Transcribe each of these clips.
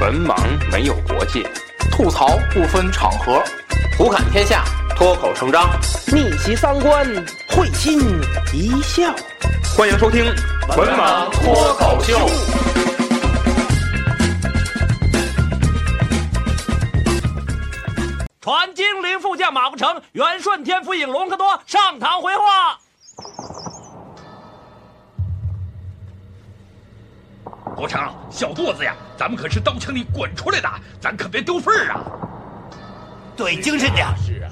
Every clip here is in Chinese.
文盲没有国界，吐槽不分场合，胡侃天下，脱口成章。逆袭三观，会心一笑。欢迎收听《文盲脱口秀》。团精灵副将马不成，元顺天府尹隆科多上堂回话。国成，小肚子呀，咱们可是刀枪里滚出来的，咱可别丢份儿啊！对，精神点。是啊，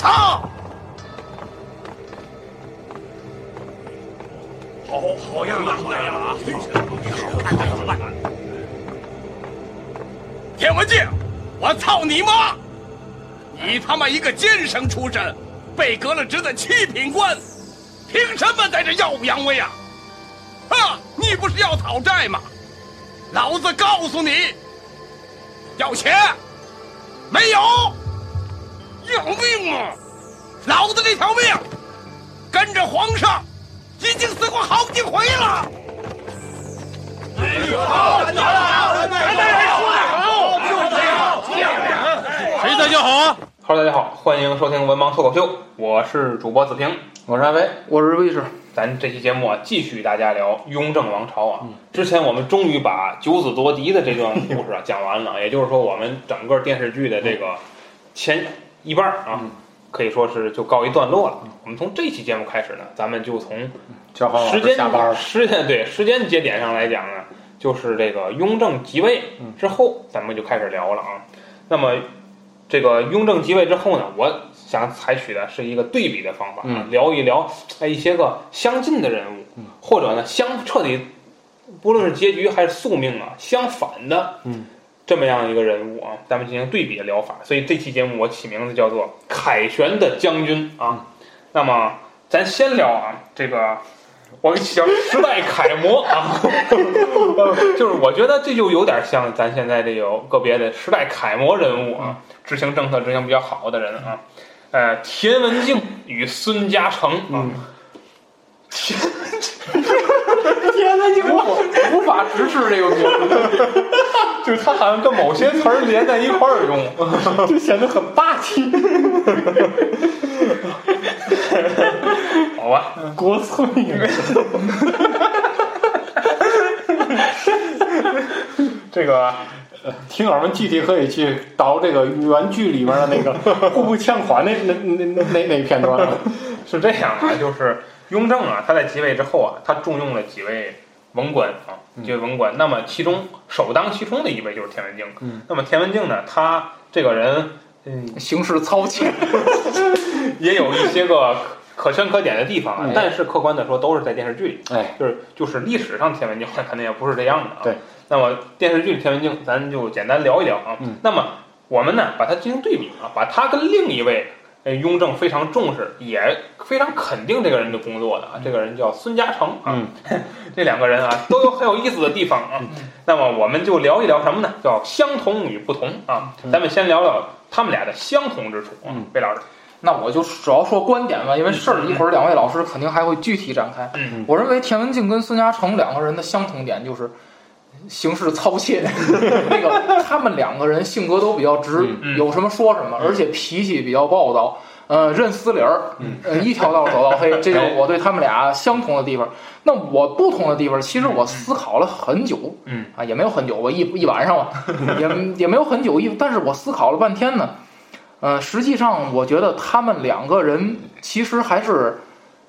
好，好好样的，好样的啊！田文静，我操你妈！你他妈一个监生出身，被革了职的七品官，凭什么在这耀武扬威啊？啊，你不是要讨债吗？老子告诉你，要钱没有？要命啊！老子这条命跟着皇上已经死过好几回了。谁在叫好啊？ Hello，大家好，欢迎收听《文盲脱口秀》，我是主播子平，我是阿飞，我是卫士，咱这期节目啊，继续与大家聊雍正王朝嗯啊。之前我们终于把九子夺嫡的这段故事啊讲 完了，也就是说，我们整个电视剧的这个前一半儿嗯啊，可以说是就告一段落了。我们从这期节目开始呢，咱们就从叫好老时师间下班了，时间 对时间节点上来讲呢，就是这个雍正即位之后，咱们就开始聊了啊。那么这个雍正即位之后呢，我想采取的是一个对比的方法，啊，嗯聊一聊哎一些个相近的人物，或者呢相彻底，不论是结局还是宿命啊，相反的，嗯。这么样一个人物啊，咱们进行对比的疗法，所以这期节目我起名字叫做“凯旋的将军”啊。嗯那么咱先聊啊，这个我给起叫时代楷模啊， 就是我觉得这就有点像咱现在这有个别的时代楷模人物嗯啊，执行政策执行比较好的人啊，呃，田文镜与孙嘉诚嗯啊，田天哪，你无无法直视这个名 就是他好像跟某些词儿连在一块儿用，字， 就显得很霸气。 好吧？国粹这个听友们具体可以去倒这个原剧里面的那个互不相还那那那那那那片段了。是这样啊，就是雍正啊，他在即位之后啊，他重用了几位文官啊，几位文官。那么其中首当其冲的一位就是田文镜。嗯那么田文镜呢，他这个人，嗯，行事操切。也有一些个可圈可点的地方啊嗯，但是客观的说，都是在电视剧里。哎，就是就是历史上天文镜肯定也不是这样的啊。对。那么电视剧里天文镜，咱就简单聊一聊啊。嗯。那么我们呢，把它进行对比啊，把它跟另一位呃雍正非常重视，也非常肯定这个人的工作的啊，这个人叫孙嘉诚啊。嗯。 这两个人啊， 都有很有意思的地方啊。那么我们就聊一聊什么呢？叫相同与不同啊。嗯咱们先聊聊他们俩的相同之处啊嗯，魏老师。那我就主要说观点吧，因为事儿一会儿两位老师肯定还会具体展开。嗯我认为田文镜跟孙嘉诚两个人的相同点就是行事操切， 那个他们两个人性格都比较直，嗯有什么说什么，而且脾气比较暴躁，呃，认死理儿，嗯呃，一条道走到黑，这就是我对他们俩相同的地方。那我不同的地方，其实我思考了很久，嗯啊，也没有很久，我一一晚上吧，也也没有很久，一但是我思考了半天呢。呃，实际上我觉得他们两个人其实还是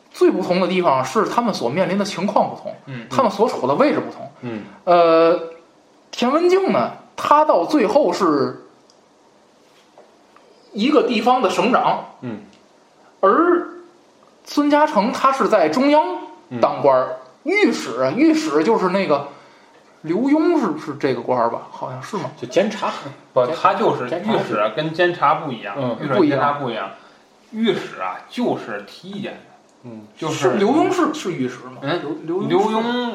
最不同的地方是他们所面临的情况不同，嗯他们所处的位置不同。嗯呃，田文镜呢，他到最后是一个地方的省长，嗯，而孙嘉诚他是在中央嗯当官儿，御史啊，御史就是那个刘墉是是这个官儿吧？好像是吗？就监察，不，监察他就是监察御史啊跟监察不一样，嗯御史不一跟监察样不一样，御史啊就是提意见的，嗯，就是刘墉是是御史吗？嗯刘刘墉是墉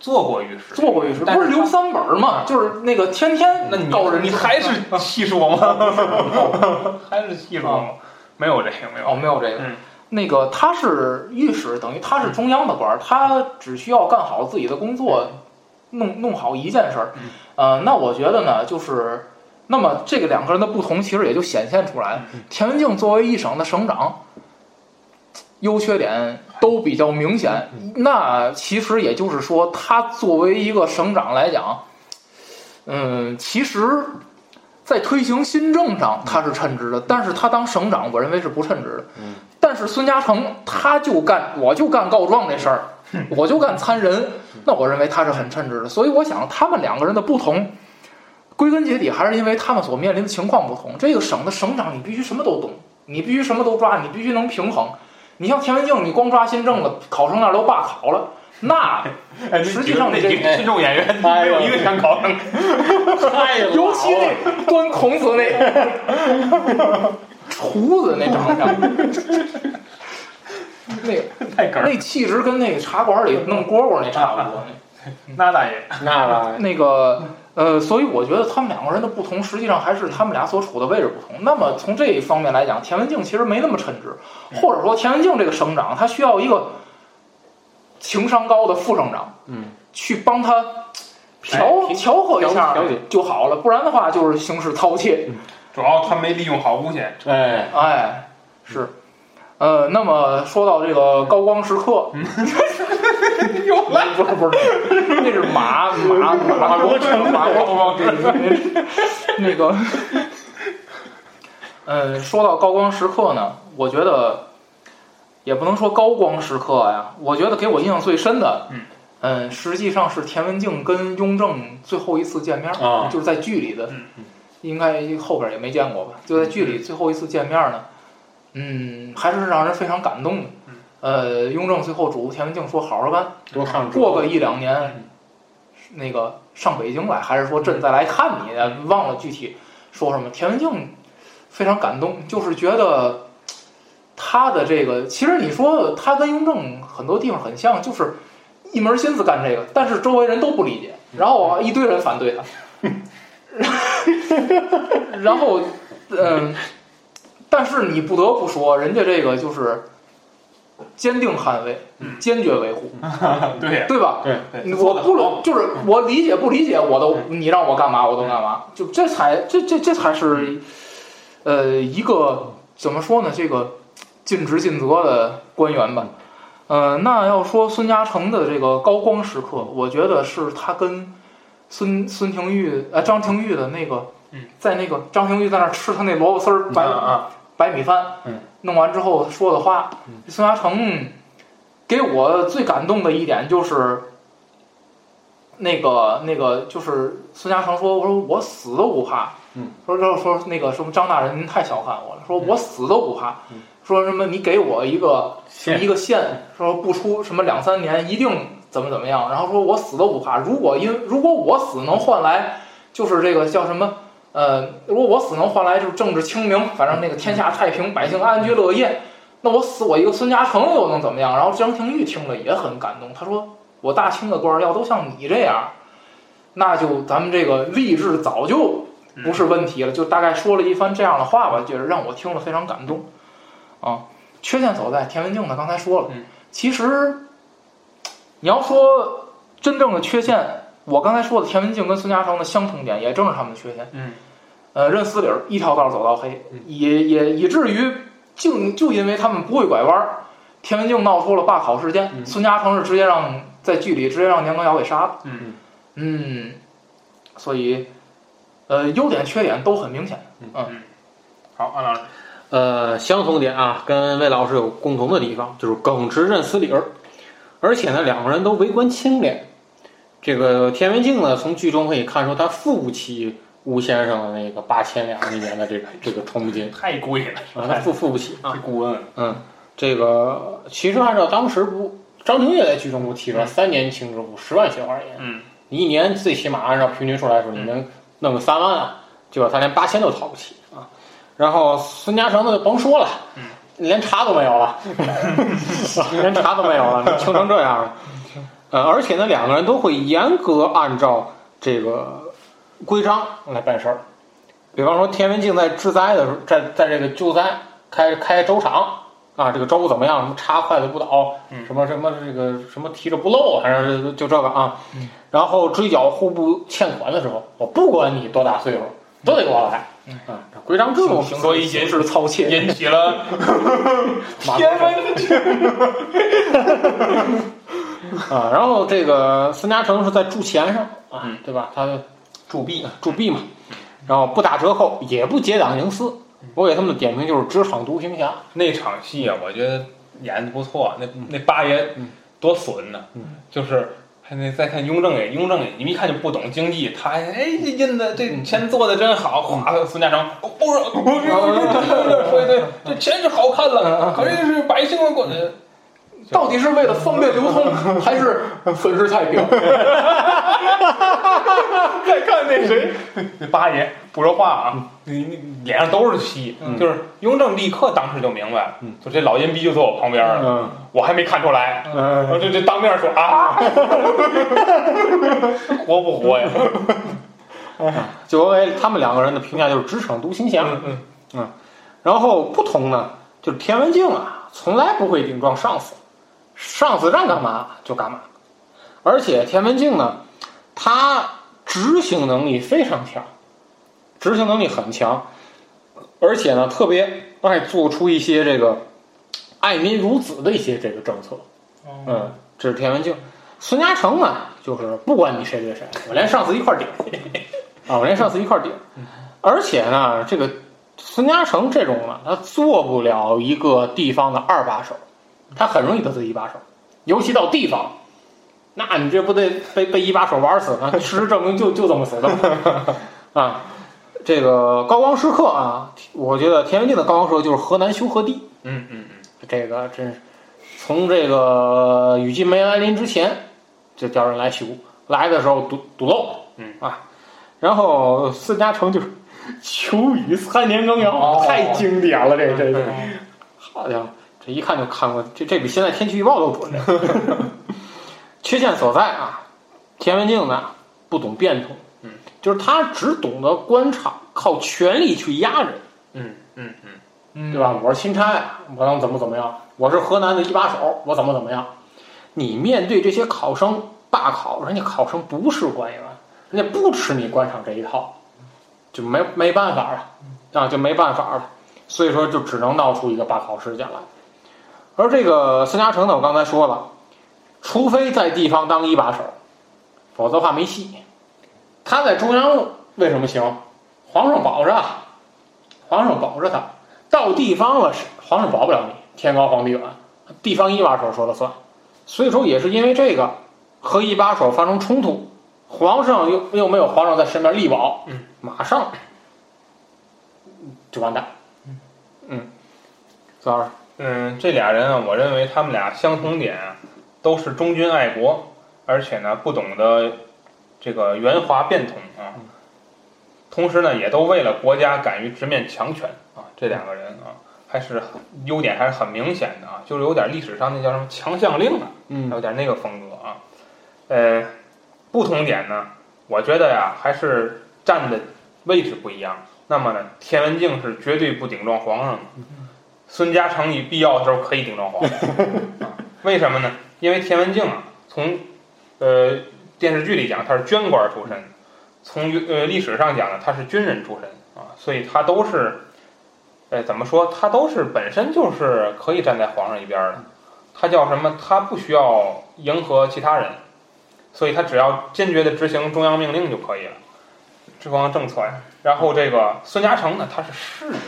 做过御史，做过御史，但不是刘三本儿吗？就是那个天天那你告人你家 还是细说吗？还是细说吗？没有这个，没有哦，没有这个。嗯那个他是御史，等于他是中央的官儿，他只需要干好自己的工作，弄弄好一件事儿。呃，那我觉得呢，就是那么这个两个人的不同，其实也就显现出来。嗯田文镜作为一省的省长，优缺点都比较明显。嗯那其实也就是说，他作为一个省长来讲，嗯，其实。在推行新政嗯上，他是称职的，但是他当省长，我认为是不称职的。嗯但是孙嘉诚他就干，我就干告状这事儿，我就干参人，嗯那我认为他是很称职的。所以我想，他们两个人的不同，归根结底还是因为他们所面临的情况不同。这个省的省长，你必须什么都懂，你必须什么都抓，你必须能平衡。你像田文镜，你光抓新政了，考生那儿都罢考了， 那哎实际上那你这几个群众演员没有一个想考上，太老了尤其那端孔 子那厨子那 长相，那个太哏儿。那气质跟那个茶馆里弄蝈蝈那差 不多。那大爷，那了，那个呃，所以我觉得他们两个人的不同，实际上还是他们俩所处的位置不同。那么从这一方面来讲，田文镜其实没那么称职，嗯或者说田文镜这个省长，他需要一个情商高的副省长，嗯，去帮他调平调和一下调解就好了，不然的话就是行事饕餮。 主要他没利用好五险，哎，哎，是，呃，那么说到这个高光时刻， 又来，不是不是，那是马马马国成马国光给那个，呃，说到高光时刻呢，我觉得也不能说高光时刻呀，我觉得给我印象最深的，嗯嗯，实际上是田文镜跟雍正最后一次见面儿，啊就是在剧里的，嗯应该后边也没见过吧？就在剧里最后一次见面呢，嗯，还是让人非常感动的。呃，雍正最后嘱咐田文镜说：“好好干，多看过个一两年，那个上北京来，还是说朕再来看你？忘了具体说什么。田文镜非常感动，就是觉得他的这个，其实你说他跟雍正很多地方很像，就是一门心思干这个，但是周围人都不理解，然后一堆人反对他，然后嗯、但是你不得不说，人家这个就是坚定捍卫，坚决维护。对呀，对吧？对对我不理，就是我理解不理解，我都你让我干嘛我都干嘛，就这才这这这才是，呃，一个怎么说呢？这个尽职尽责的官员吧。呃，那要说孙嘉诚的这个高光时刻，我觉得是他跟孙孙廷玉呃张廷玉的那个嗯，在那个张廷玉在那儿吃他那萝卜丝儿白啊，白米饭，嗯弄完之后说的话，孙嘉诚给我最感动的一点就是，那个那个就是孙嘉诚说，我说我死都不怕，嗯，说说说那个什么张大人您太小看我了，说我死都不怕，说什么你给我一个一个县，说不出什么两三年一定怎么怎么样，然后说我死都不怕，如果因如果我死能换来就是这个叫什么？呃，如果我死能换来就是政治清明，反正那个天下太平，百姓安居乐业，那我死我一个孙嘉诚又能怎么样？然后张廷玉听了也很感动，他说：“我大清的官儿要都像你这样，那就咱们这个励志早就不是问题了。”就大概说了一番这样的话吧，觉得让我听了非常感动。啊，缺陷所在，田文镜呢刚才说了，嗯其实你要说真正的缺陷，我刚才说的田文镜跟孙嘉诚的相同点，也正是他们的缺陷。嗯，呃，认死理儿，一条道儿走到黑，也也以至于就就因为他们不会拐弯儿，田文镜闹出了罢考事件，嗯孙嘉诚是直接让在剧里直接让年羹尧给杀了。嗯嗯，所以呃，优点缺点都很明显。好，安老师，呃，相同点啊，跟魏老师有共同的地方，就是耿直认死理儿，而且呢，两个人都为官清廉。这个田文镜呢，从剧中可以看出他付不起吴先生的那个八千两一年的这个这个铜金太贵了，啊，他付付不起啊这。顾问，嗯，这个其实按照当时不，张廷岳在剧中不提了，嗯三年清知府，十万血花银，嗯，你一年最起码按照平均数来说，你能弄个三万啊，结果他连八千都掏不起啊。然后孙嘉诚那就甭说了，连茶都没有了，连茶都没有了，你穷成这样了。呃，而且呢，两个人都会严格按照这个规章来办事儿。比方说，田文镜在治灾的时候，在在这个救灾开开粥厂，啊，这个周怎么样？什么插筷子不倒，嗯什么什么这个什么提着不漏，反正就这个啊。然后追缴户部欠款的时候，我不管你多大岁数，都得给我来啊！这规章制度，所以引是操切，引起了马天文剧啊，然后这个孙嘉诚是在铸钱上啊嗯，对吧？他呃铸币，铸币嘛，然后不打折扣，也不结党营私。嗯我给他们的点评就是职场独行侠，那场戏啊，我觉得演的不错。啊那那八爷嗯多损呢、嗯就是还那再看雍正也，雍正也，你们一看就不懂经济，他哎这印的这嗯嗯钱做的真好，哗，孙家诚哦不是， 对对对，这钱是好看了，可是是百姓的过的。到底是为了方便流 通，还是粉饰太平？再看那谁，那 八爷不说话嗯啊，你你脸上都是漆，就是雍正立刻当时就明白，嗯就这老阴逼就坐我旁边了，嗯我还没看出来，然后嗯，就就当面说 啊，活不活呀？ 就我给他们两个人的评价就是职场独行侠。嗯嗯然后不同呢，就是田文镜啊，从来不会顶撞上司，上司让干嘛就干嘛。而且田文镜呢，他执行能力非常强，执行能力很强，而且呢，特别爱做出一些这个爱民如子的一些这个政策。哦嗯，这是田文镜。孙嘉诚呢，就是不管你谁对谁，我连上司一块儿顶啊，我连上司一块儿顶。而且呢，这个孙嘉诚这种呢，他做不了一个地方的二把手，他很容易得罪一把手，尤其到地方，那你这不得被被一把手玩死啊？事实证明就就这么死的 啊。这个高光时刻啊，我觉得田文镜的高光时刻就是河南修河堤，嗯嗯这个真是从这个雨季没来临之前就叫人来修，来的时候堵堵漏，嗯啊，然后孙嘉诚就是 求雨三年耕耘，哦太经典了，这这这，嗯好家伙，这一看就看过，这这比现在天气预报都准。这 缺陷所在啊，田文镜呢不懂变通，嗯，就是他只懂得官场靠权力去压人。嗯嗯嗯对吧？我是钦差，我能怎么怎么样？我是河南的一把手，我怎么怎么样？你面对这些考生罢考，人家考生不是官员，人家不吃你官场这一套，就没没办法了啊，就没办法了。所以说，就只能闹出一个罢考事件来。而这个孙嘉诚呢，我刚才说了，除非在地方当一把手，否则的话没戏。他在中央为什么行？皇上保着啊，皇上保着他。到地方了，是皇上保不了你，天高皇帝远，地方一把手说了算。所以说，也是因为这个和一把手发生冲突，皇上又又没有皇上在身边力保，嗯，马上就完蛋。嗯，孙老师，嗯，这俩人啊，我认为他们俩相同点啊，都是忠君爱国，而且呢不懂得这个圆滑变通啊。同时呢，也都为了国家敢于直面强权啊。这两个人啊，还是优点还是很明显的啊，就是有点历史上那叫什么强项令啊，嗯有点那个风格啊。呃，不同点呢，我觉得呀，还是站的位置不一样。那么呢，田文镜是绝对不顶撞皇上的，孙嘉诚你必要的时候可以顶撞皇上、啊。为什么呢？因为田文镜啊，从呃电视剧里讲他是捐官出身，从呃历史上讲呢他是军人出身啊，所以他都是，呃怎么说？他都是本身就是可以站在皇上一边儿的。他叫什么？他不需要迎合其他人，所以他只要坚决的执行中央命令就可以了，这方政策呀。然后这个孙嘉诚呢，他是士人，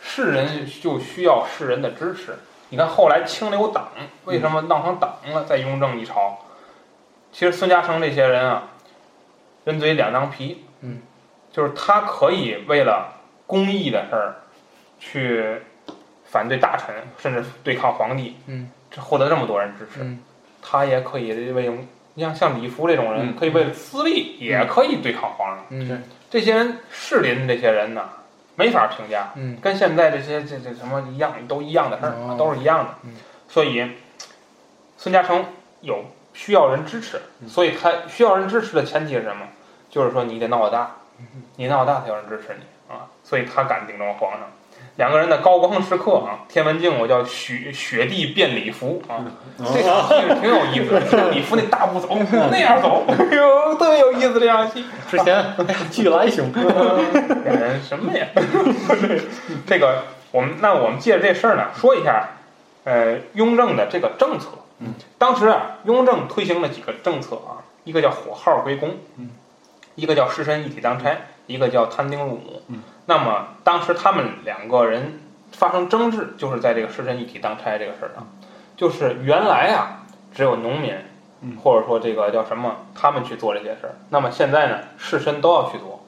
士人就需要士人的支持。你看后来清流党为什么闹成党了？在雍正一朝，其实孙嘉诚这些人啊，人嘴两张皮，嗯，就是他可以为了公益的事儿去反对大臣，甚至对抗皇帝，嗯，这获得这么多人支持，嗯他也可以为你像像李福这种人，嗯可以为了私利，也可以对抗皇上。嗯这些人士林这些人呢，没法评价，嗯跟现在这些这这什么一样，都一样的事儿、哦都是一样的。嗯所以孙嘉诚有需要人支持，嗯所以他需要人支持的前提是什么？嗯就是说你得闹得大，你闹得大才有人支持你啊，所以他敢顶撞皇上。两个人的高光时刻啊，天文镜我叫雪雪地变礼服啊，嗯这场戏是挺有意思的。礼服那大 步走，那样走，哎呦，特别有意思这场戏。之 前巨来熊，嗯， 什么呀？这个我们那我们借着这事儿呢，说一下，呃，雍正的这个政策。嗯，当时啊，雍正推行了几个政策啊，一个叫火耗归公，嗯，一个叫士绅一体当差，一个叫摊丁入亩。嗯，那么当时他们两个人发生争执，就是在这个士绅一体当差这个事儿上，就是原来啊，只有农民。嗯或者说这个叫什么，他们去做这些事儿。那么现在呢，士绅都要去做，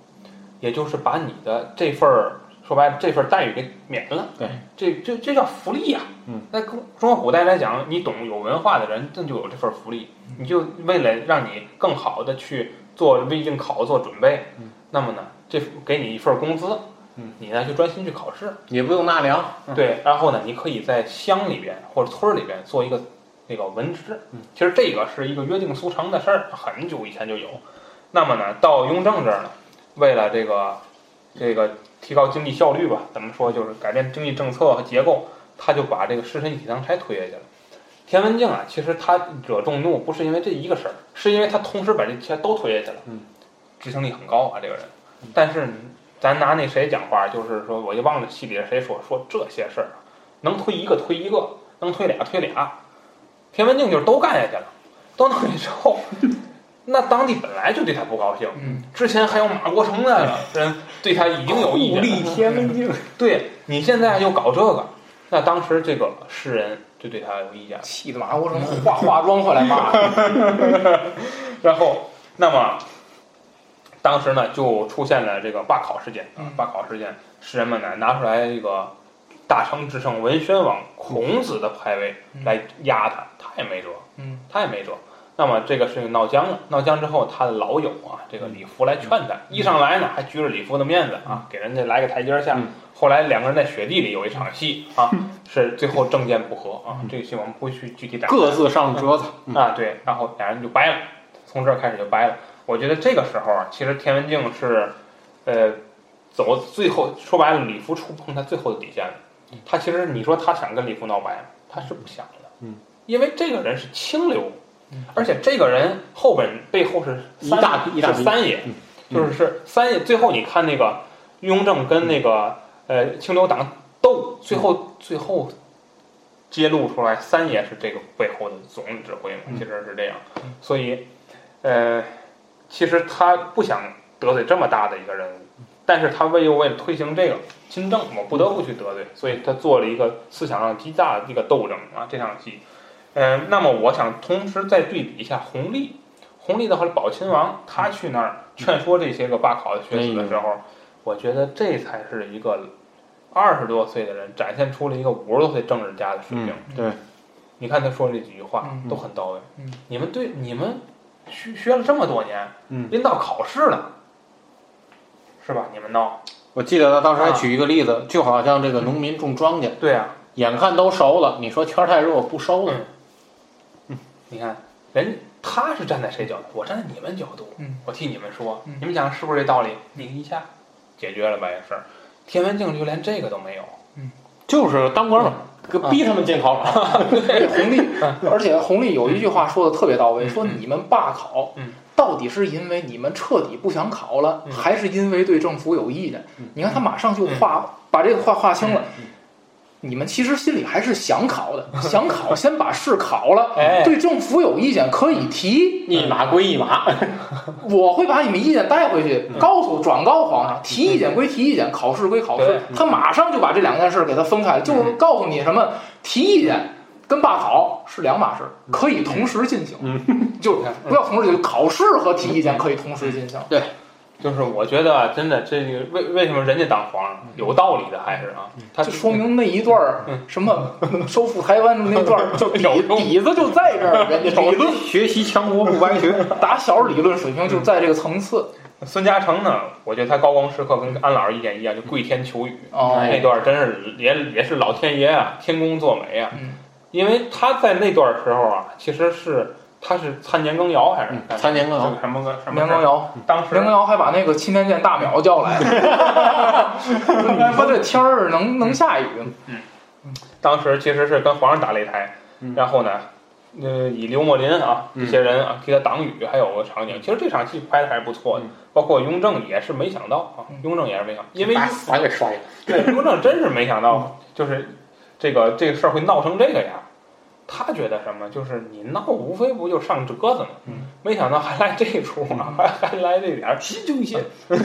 也就是把你的这份儿说白了这份儿待遇给免了。对，这这这叫福利呀、嗯，在中国古代来讲，你懂有文化的人，那就有这份儿福利。嗯你就为了让你更好的去做为应考做准备，嗯那么呢，这给你一份儿工资，嗯，你呢就专心去考试。也不用纳凉，对，然后呢，你可以在乡里边或者村儿里边做一个那个文职。嗯其实这个是一个约定俗成的事儿，很久以前就有。那么呢，到雍正这儿呢，为了这个这个提高经济效率吧，怎么说就是改变经济政策和结构，他就把这个士绅一体当差推下去了。田文镜啊，其实他惹众怒不是因为这一个事儿，是因为他同时把这些都推下去了。嗯，执行力很高啊，这个人。但是咱拿那谁讲话，就是说我就忘了戏里是谁说说这些事儿啊，能推一个推一个，能推俩推俩。田文镜就是都干下去了，都弄下去之后，那当地本来就对他不高兴，嗯，之前还有马国成那个人对他已经有意见了，天文镜，对你现在又搞这个，那当时这个诗人就对他有意见了。气得马国成化化妆回来骂了，然后，那么当时呢，就出现了这个罢考事件啊嗯，罢考事件，诗人们呢拿出来这个大成之圣文宣王孔子的牌位嗯来压他，他也没辙，嗯，他也没辙。那么这个事情闹僵了，闹僵之后，他的老友啊，这个李福来劝他，嗯一上来呢还举着李福的面子啊，给人家来个台阶下嗯。后来两个人在雪地里有一场戏啊，嗯是最后政见不合啊，这个戏我们不去具体展开。各自上折子，啊，对，然后俩人就掰了，从这儿开始就掰了。我觉得这个时候啊，其实田文镜是，呃，走最后说白了，李福触碰他最后的底线了。嗯他其实你说他想跟李福闹掰吗，他是不想的，嗯，因为这个人是清流，而且这个人后边背后是嗯一三大一大嗯是笔三爷，就是是三爷。最后你看那个雍正跟那个呃清流党斗，最嗯后最后揭露出来三爷是这个背后的总指挥嗯嘛，其实是这样。所以，呃，其实他不想得罪这么大的一个人物，但是他为又为了推行这个亲政，我不得不去得罪，所以他做了一个思想上极大的一个斗争啊，这场戏。嗯、那么我想同时再对比一下弘历，弘历的话，宝亲王他去那儿劝说这些个罢考的学子的时候，我觉得这才是一个二十多岁的人展现出了一个五十多岁政治家的水平。嗯对，你看他说这几句话、嗯都很到位。嗯你们对你们学学了这么多年，嗯临到考试了，是吧？你们闹，我记得他当时还举一个例子，啊就好像这个农民种庄稼，对啊，眼看都熟了，你说天太热我不收了嗯，你看人他是站在谁角度，我站在你们角度，嗯我替你们说，嗯你们讲是不是这道理？拧一下解决了吧，也是。天文镜就连这个都没有，嗯嗯就是当官嘛，给逼他们进考场， 弘历，而且弘历有一句话说的特别到位，说你们罢考嗯，到底是因为你们彻底不想考了，嗯还是因为对政府有意见？你看他马上就画把这个画画清了。嗯你们其实心里还是想考的，想 考先把试考了。哎对政府有意见可以提，一码归一码，我会把你们意见带回去，告诉转告皇上，提意见归提意见，考试归考对试。他马上就把这两件事给它分开，就是告诉你什么提意见跟罢考是两码事，可以同时进行，就是不要同时进行。考试和提意见可以同时进行。就是我觉得啊真的这个为为什么人家当皇上有道理的还是啊，他就嗯说明那一段儿什么收复台湾的那段儿，就底 有用底子就在这儿，人家理论学习强国不白 学，打小理论水平就在这个层次。孙嘉诚呢，我觉得他高光时刻跟安老师意见一样，就跪天求雨。哦那段真是也也是老天爷啊，天公作美啊。嗯因为他在那段时候啊，其实是他是参年羹尧还是嗯参年羹尧这个什么个什么梁刚尧，尧？当时梁刚尧还把那个钦天监大淼叫来，说你说这天儿能能下雨吗？当时其实是跟皇上打擂台，嗯然后呢，呃，以刘墨林啊这些人啊给他挡雨，还有个场景，其实这场戏拍的还是不错的嗯，包括雍正也是没想到啊嗯，雍正也是没想，因为把伞给摔了。 嗯对雍正真是没想到，就是这个这个事儿会闹成这个样。他觉得什么？就是你闹，无非不就上折子吗？嗯没想到还来这一出啊，还还来这点儿习中 些，挺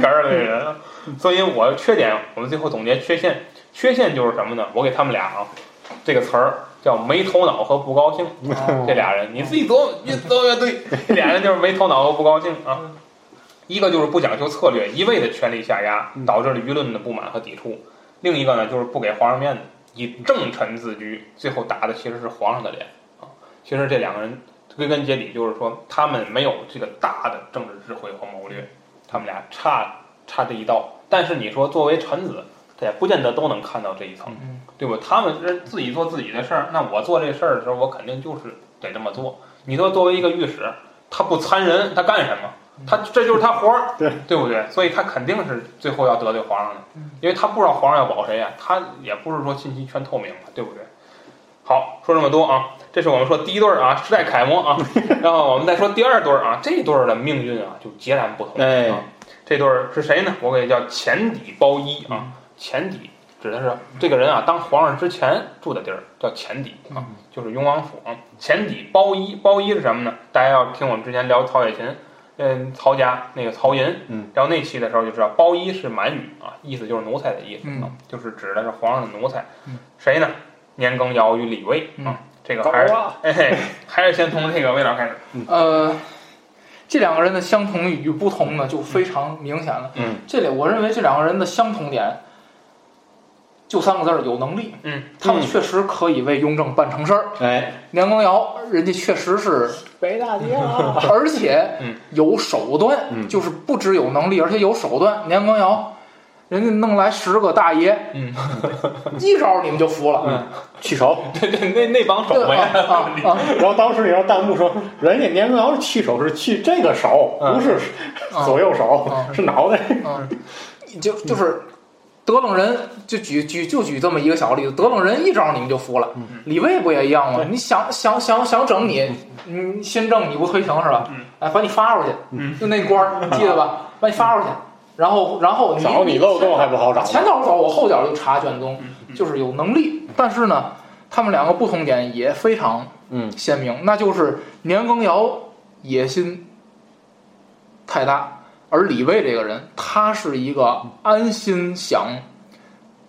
哏儿的这人啊。所以我缺点，我们最后总结缺陷，缺陷就是什么呢？我给他们俩啊，这个词儿叫没头脑和不高兴。 这俩人，你自己琢磨越琢磨越对。这俩人就是没头脑和不高兴啊。一个就是不讲究策略，一味的权力下压，导致了舆论的不满和抵触；另一个呢，就是不给皇上面子，以政臣自居，最后打的其实是皇上的脸啊。其实这两个人归根结底就是说，他们没有这个大的政治智慧和谋略，他们俩差差这一道。但是你说作为臣子，他也不见得都能看到这一层。嗯对吧？他们是自己做自己的事儿，那我做这事儿的时候，我肯定就是得这么做。你说作为一个御史，他不参人，他干什么？他这就是他活儿，嗯 对对不对？所以他肯定是最后要得罪皇上的，因为他不知道皇上要保谁呀、他也不是说信息全透明嘛，对不对？好，说这么多啊，这是我们说第一对儿 啊，时代楷模啊，然后我们再说第二对儿啊，这对儿的命运啊就截然不同。哎啊这对儿是谁呢？我给叫前底包衣啊，嗯前底指的是这个人啊，当皇上之前住的地儿叫前邸嗯啊，就是雍王府啊。前邸包衣，包衣是什么呢？大家要听我们之前聊曹雪芹，嗯，曹家那个曹寅，嗯，然后那期的时候就知道包衣是满语啊，意思就是奴才的意思啊嗯，就是指的是皇上的奴才嗯。谁呢？年羹尧与李卫嗯啊，这个还是啊，哎嘿，还是先从这个魏老开始。呃，这两个人的相同与不同呢，就非常明显了。嗯，这里我认为这两个人的相同点就三个字儿：有能力。嗯，他们确实可以为雍正办成事儿。哎，梁公尧人家确实是，北大街了， 而且嗯有手段，嗯就是不只有能力，而且有手段。梁公尧。人家弄来十个大爷，嗯， 一招你们就服了，去手。对对，那那帮对吧？手呗，啊啊然后当时你让弹幕说，人家年羹尧是去手是去这个手，嗯不是啊左右手，嗯是脑袋。嗯，就就是德楞人，就举举就举这么一个小例子，德楞人一招你们就服了。嗯李卫不也一样吗？你想想想想整你，你新政你不推行是吧？嗯哎，把你发出去，嗯就那官儿记得吧，把你发出去，然后然后你找哎你漏洞还不好找前呢。脚走，我后脚就查卷宗，就是有能力。但是呢，他们两个不同点也非常嗯鲜明，那就是年羹尧野心太大，而李卫这个人，他是一个安心想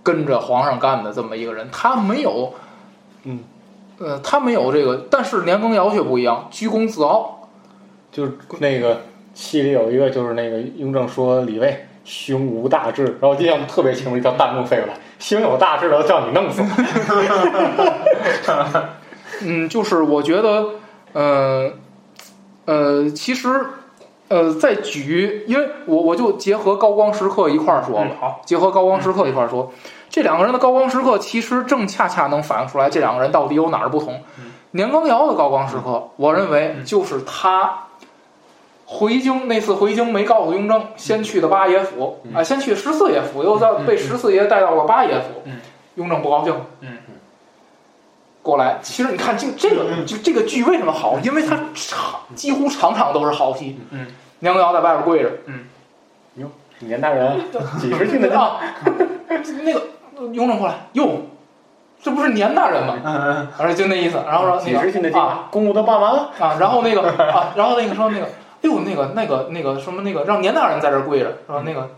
跟着皇上干的这么一个人，他没有，嗯，呃，他没有这个，但是年羹尧却不一样，居功自傲，就是那个戏里有一个，就是那个雍正说李卫胸无大志，然后我印象特别清楚，一条弹幕飞过来，胸有大志的都叫你弄死。嗯，就是我觉得，呃，呃，其实，呃，再举，因为我我就结合高光时刻一块儿说吧，嗯好嗯结合高光时刻一块儿说，这两个人的高光时刻其实正恰恰能反映出来这两个人到底有哪儿不同。嗯年羹尧的高光时刻，我认为就是他回京那次回京没告诉雍正，先去的八爷府，嗯啊、先去十四爷府，又在被十四爷带到了八爷府，嗯雍正不高兴，嗯过来。其实你看，就这嗯个就这个剧为什么好？因为它场几乎场场都是好戏。嗯，年羹尧在外边跪着，年大 人啊，几十斤的啊， 那个雍正过来，哟，这不是年大人吗？嗯反正就那意思。然后说几那十斤的个斤啊，公务都办完了，啊，然后那个啊，然后那个说那个，哟，那个那个那个什么那个，让年大人在这儿跪着，说那个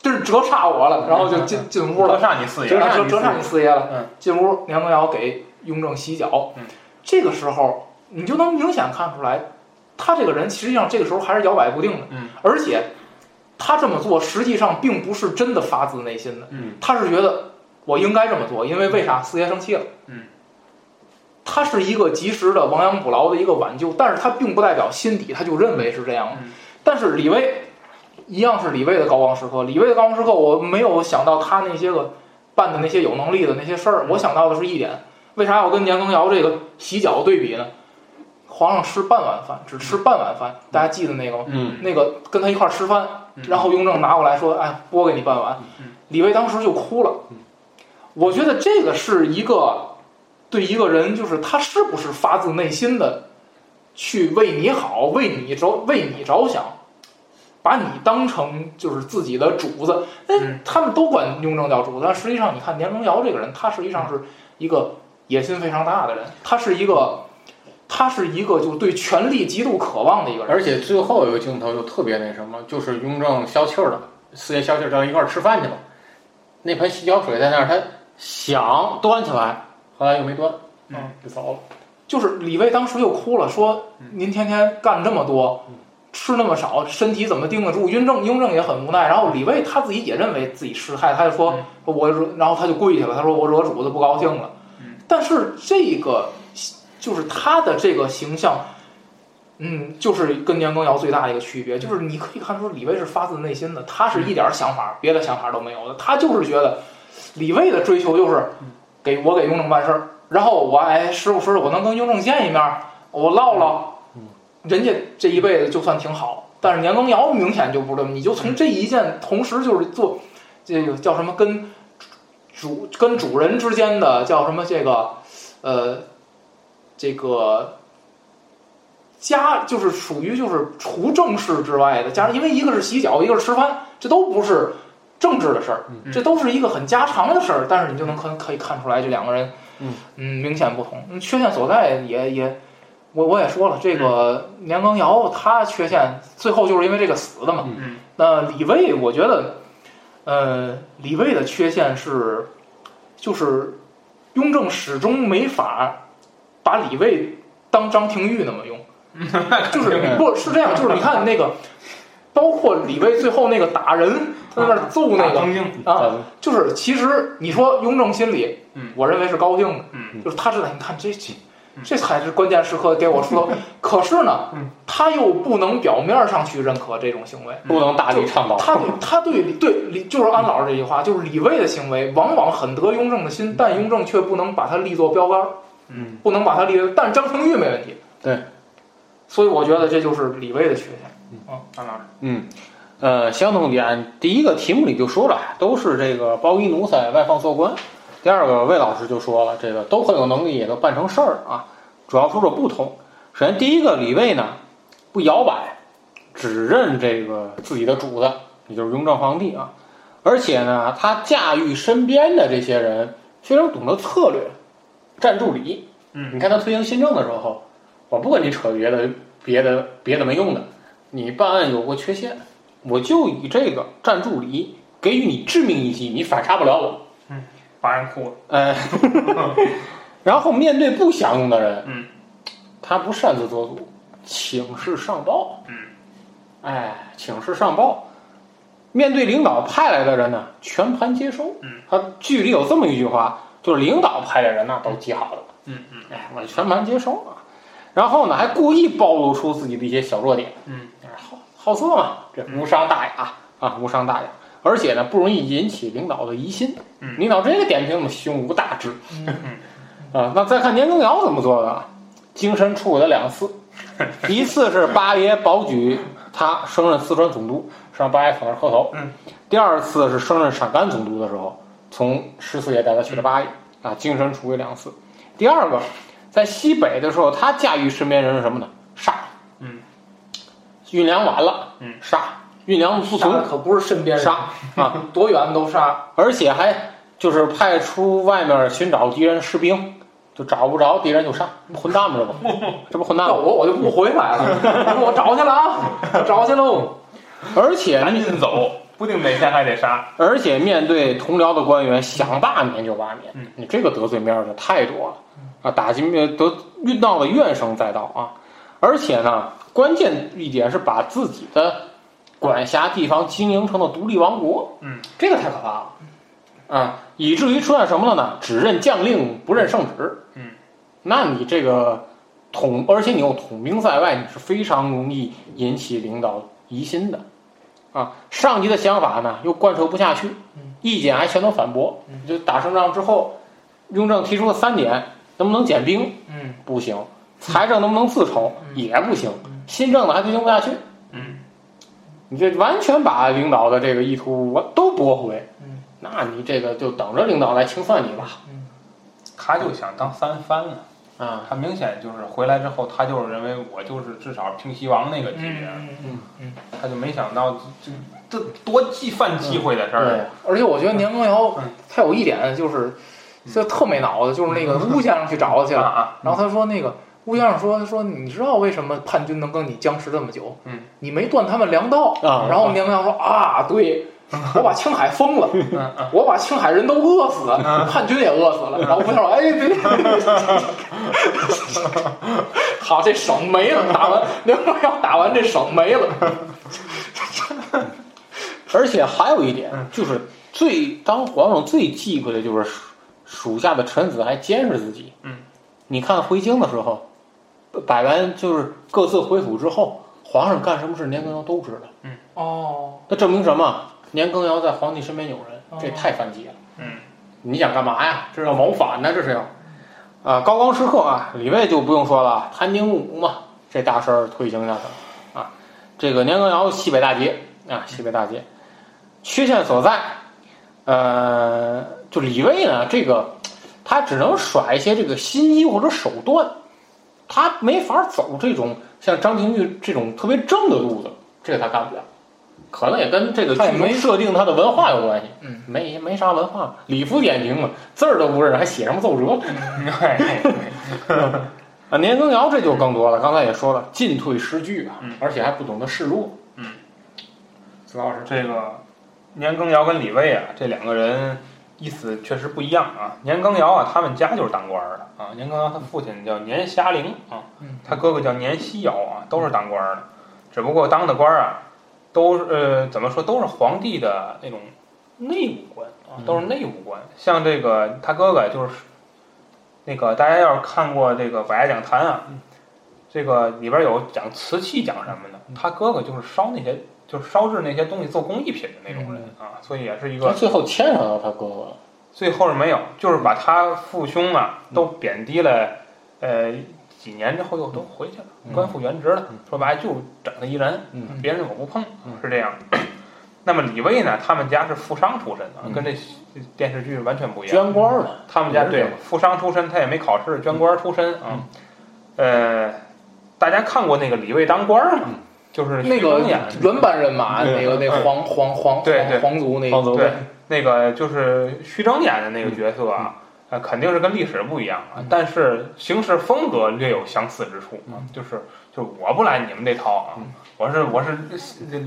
这是折煞我了，然后就进进屋嗯，了折。煞你四爷折了，煞折折煞你四爷了。嗯，进屋，梁羹尧给雍正洗脚。嗯，这个时候你就能明显看出来，他这个人实际上这个时候还是摇摆不定的。嗯，而且他这么做实际上并不是真的发自内心的。嗯，他是觉得我应该这么做，因为为啥四爷生气了？嗯。他是一个及时的亡羊补牢的一个挽救，但是他并不代表心底他就认为是这样的。嗯但是李卫一样是李卫的高光时刻。李卫的高光时嗯刻，我没有想到他那些个办的那些有能力的那些事儿，我想到的是一点：为啥要跟年羹尧这个洗脚对比呢？皇上吃半碗饭，只嗯吃半碗饭，大家记得那个吗？嗯，那个跟他一块儿吃饭，然后雍正拿过来说：“哎，拨给你半碗。”李卫当时就哭了。我觉得这个是一个对一个人，就是他是不是发自内心的去为你好、为你着、为你着想，把你当成就是自己的主子。哎嗯，他们都管雍正叫主子，但实际上你看年羹尧这个人，他实际上是一个野心非常大的人，他是一个。他是一个就对权力极度渴望的一个人，而且最后有一个镜头就特别那什么，就是雍正消气儿了，四爷消气儿到一块儿吃饭去了，那盆洗脚水在那儿，他想端起来，后来又没端，嗯，就走了。就是李卫当时又哭了，说您天天干这么多嗯，吃那么少，身体怎么盯得住？雍正雍正也很无奈，然后李卫他自己也认为自己失态，他就说嗯我惹，然后他就跪下了，他说我惹主子不高兴了嗯。但是这个就是他的这个形象，嗯，就是跟年羹尧最大的一个区别，就是嗯你可以看出李卫是发自内心的，他是一点儿想法、别的想法都没有的，他就是觉得李卫的追求就是给我给雍正办事儿，然后我哎，师傅师傅，我能跟雍正见一面儿，我唠唠，人家这一辈子就算挺好。但是年羹尧明显就不是这么，你就从这一件，同时就是做这个叫什么跟主跟主人之间的叫什么这个呃这个家，就是属于就是除政事之外的家，因为一个是洗脚，一个是吃饭，这都不是政治的事儿，嗯这都是一个很家常的事儿。但是你就能可可以看出来这两个人。嗯，明显不同。嗯缺陷所在也也，我我也说了，这个年羹尧他缺陷最后就是因为这个死的嘛。嗯那李卫，我觉得，呃，李卫的缺陷是，就是雍正始终没法把李卫当张廷玉 那么用，就是不是这样，就是你看那个，包括李卫最后那个打人，他在那儿揍那大个东京啊，就是其实你说雍正心里，嗯我认为是高兴的，嗯就是他知道，你看这这这才是关键时刻给我出 头，可是呢，嗯他又不能表面上去认可这种行为，不能大力倡导，他对他对李对李就是安老师这句话，就是李卫的行为往往很得雍正的心，但雍正却不能把他立作标杆，嗯，不能把他立为，但是张廷玉没问题，对，所以我觉得这就是李卫的缺陷。啊安老师，嗯，呃，相同点，第一个题目里就说了，都是这个包衣奴才，外放做官。第二个，魏老师就说了，这个都很有能力，也都办成事儿啊。主要出了不同。首先，第一个李卫呢，不摇摆，只认这个自己的主子，也就是雍正皇帝啊。而且呢，他驾驭身边的这些人，非常懂得策略、站助理。嗯你看他推行新政的时候，我不跟你扯别的、别的、别的没用的，你办案有过缺陷，我就以这个站助理给予你致命一击，你反杀不了我。把人哭了， 哎，然后面对不想用的人，嗯，他不擅自做主，请示上报，嗯，哎，请示上报。面对领导派来的人呢，全盘接收。嗯，他剧里有这么一句话，就是领导派来的人呢都记好了，嗯嗯哎，我全盘接收啊。然后呢，还故意暴露出自己的一些小弱点。哎嗯，好好色嘛，这无伤大雅啊，无伤大雅。而且呢，不容易引起领导的疑心。嗯领导这个点评怎么胸无大志？嗯 啊，那再看年羹尧怎么做的啊？精神出轨了 两次，一次是八爷保举他升任四川总督，让八爷跑那儿磕头；嗯第二次是升任陕甘总督的时候，从十四爷带他去了八爷，嗯啊，精神出轨两次。第二个，在西北的时候，他驾驭身边人是什么呢？煞。嗯，运粮完了，嗯，煞；运粮不杀足，可不是身边人，杀啊。多远都杀，而且还就是派出外面寻找敌人士兵，就找不着敌人就杀，混蛋嘛，这不，这不混蛋要吗？我我就不回来了，我找去了啊，我找去喽。而且赶紧走，不定哪天还得杀。而且面对同僚的官员，想罢免就罢免嗯，你这个得罪面儿就太多了啊！打击面得遇到了怨声载道啊！而且呢，关键一点是把自己的管辖地方经营成了独立王国，嗯，这个太可怕了啊！以至于出现什么了呢？只认将令，不认圣旨，嗯，那你这个统，而且你又统兵在外，你是非常容易引起领导疑心的。啊，上级的想法呢又贯彻不下去嗯，意见还全都反驳。就打胜仗之后，雍正提出了三点，能不能减兵？嗯，不行。财政能不能自筹？也不行。嗯新政呢还推行不下去。嗯，你这完全把领导的这个意图我都驳回。嗯，那你这个就等着领导来清算你吧。他就想当三藩啊，啊，他明显就是回来之后，他就是认为我就是至少平西王那个级别，嗯他就没想到这这这多既犯忌讳的事儿对啊。，而且我觉得年羹尧嗯他有一点就是，就特没脑子，就是那个乌先生去找他去啊了，啊，然后他说那个乌先生说说你知道为什么叛军能跟你僵持这么久？嗯，你没断他们粮道。啊然后年羹尧说啊，对。我把青海封嗯了，我把青海人都饿死了，叛军也饿死嗯了。然后吴先生说：“哎，别， 好，这省没了。打完 年羹尧打完这省没了。而且还有一点，就是最当皇上最忌讳的就是属属下的臣子还监视自己。嗯，你看回京的时候，百完就是各自回府之后，皇上干什么事，年羹尧都知道。”哦，那证明什么？年羹尧在皇帝身边有人哦，这太犯忌了。嗯，你想干嘛呀？这是要谋反呢，这是要。啊，高光时刻啊，李卫就不用说了，谭丁武嘛，这大事儿推行下去了啊。这个年羹尧西北大捷啊，西北大捷，缺陷所在，呃，就李卫呢，这个他只能耍一些这个心机或者手段，他没法走这种像张廷玉这种特别正的路子，这个他干不了。可能也跟这个他也剧中没设定他的文化有关系，嗯，没没啥文化，礼服点评嘛，字儿都不认识，还写什么奏折？ 啊，年羹尧这就更多了，刚才也说了，进退失据啊，嗯而且还不懂得示弱。嗯，子老师，这个年羹尧跟李卫啊，这两个人意思确实不一样啊。年羹尧啊，他们家就是当官儿的啊。年羹尧他父亲叫年虾龄啊嗯，他哥哥叫年希尧啊，都是当官儿的，只不过当的官儿啊，都是呃怎么说，都是皇帝的那种内务官嗯啊，都是内务官。像这个他哥哥就是那个大家要是看过这个百家讲坛啊。嗯这个里边有讲瓷器，讲什么的？嗯他哥哥就是烧那些就是烧制那些东西做工艺品的那种人嗯啊，所以也是一他个最后牵扯到他哥哥了。最后是没有，就是把他父兄啊嗯都贬低了，呃，几年之后又都回去了，嗯官复原职了嗯，说白了就整他一人，嗯别人我不碰嗯，是这样。 那么李卫呢，他们家是富商出身啊，嗯跟这电视剧完全不一样。捐官儿了，他们家也是这对样富商出身，他也没考试，捐官出身啊。呃，大家看过那个李卫当官儿吗？就是那徐个峥演的原班人马，那个那皇皇皇对对皇皇族那方泽对，那个就是徐峥演的那个角色啊，呃，肯定是跟历史不一样啊，但是行事风格略有相似之处啊，就是就是我不来你们这套啊，我是我是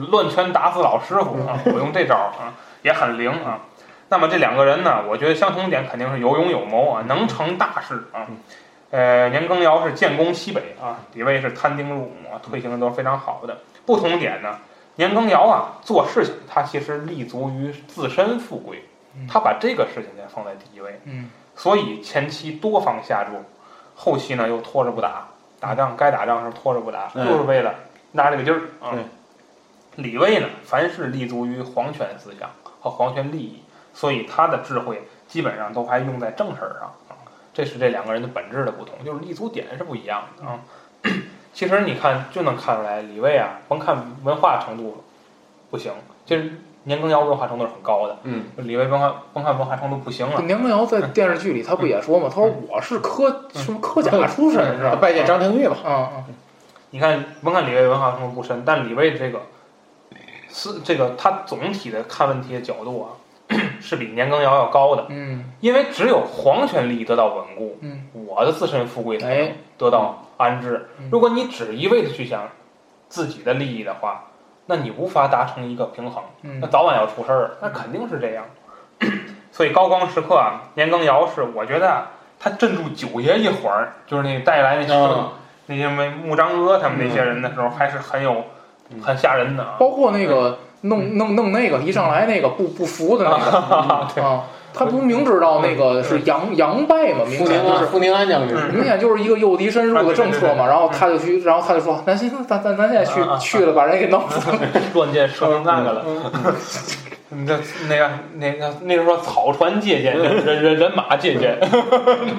乱拳打死老师傅啊，我用这招啊也很灵啊。那么这两个人呢，我觉得相同点肯定是有勇有谋啊，能成大事啊。呃，年羹尧是建功西北啊，李卫是摊丁入亩啊，推行的都是非常好的。不同点呢，年羹尧啊做事情，他其实立足于自身富贵，他把这个事情先放在第一位，嗯，所以前期多方下注，后期呢又拖着不打，打仗该打仗时候拖着不打，嗯就是为了拿这个劲儿啊对。李卫呢，凡是立足于皇权思想和皇权利益，所以他的智慧基本上都还用在正事儿上啊这是这两个人的本质的不同，就是立足点是不一样的啊。 其实你看就能看出来，李卫啊，甭看文化程度不行，其实年羹尧文化程度是很高的，嗯，李卫文化甭看文化程度不行了，年羹尧在电视剧里他不也说吗？他说我是科什么科甲出身是他吧？拜见张廷玉嘛。啊，你看，甭看李卫文化程度不深，但李卫这个是这个他总体的看问题的角度啊， 是比年羹尧要高的，嗯因为只有皇权利益得到稳固，嗯，我的自身富贵才能哎得到安置嗯。如果你只一味的去想自己的利益的话，那你无法达成一个平衡。那嗯早晚要出事儿，那肯定是这样。 所以高光时刻啊，年羹尧是我觉得啊他镇住九爷一环儿，就是那带来那些、啊嗯那些没穆彰阿他们那些人的时候，还是很有、很吓人的啊。嗯包括那个弄弄弄那个一上来那个不不服的 那个啊，他不明知道那个是杨杨拜嘛，明傅宁显就安，是。傅宁安将军，嗯明显就是一个诱敌深入的政策嘛，然后他就去，然后他就说，那行，咱咱咱现在去去了，把人给弄死。乱箭射成那个了。你这那个那个那个说草船借箭，人人人人马借箭，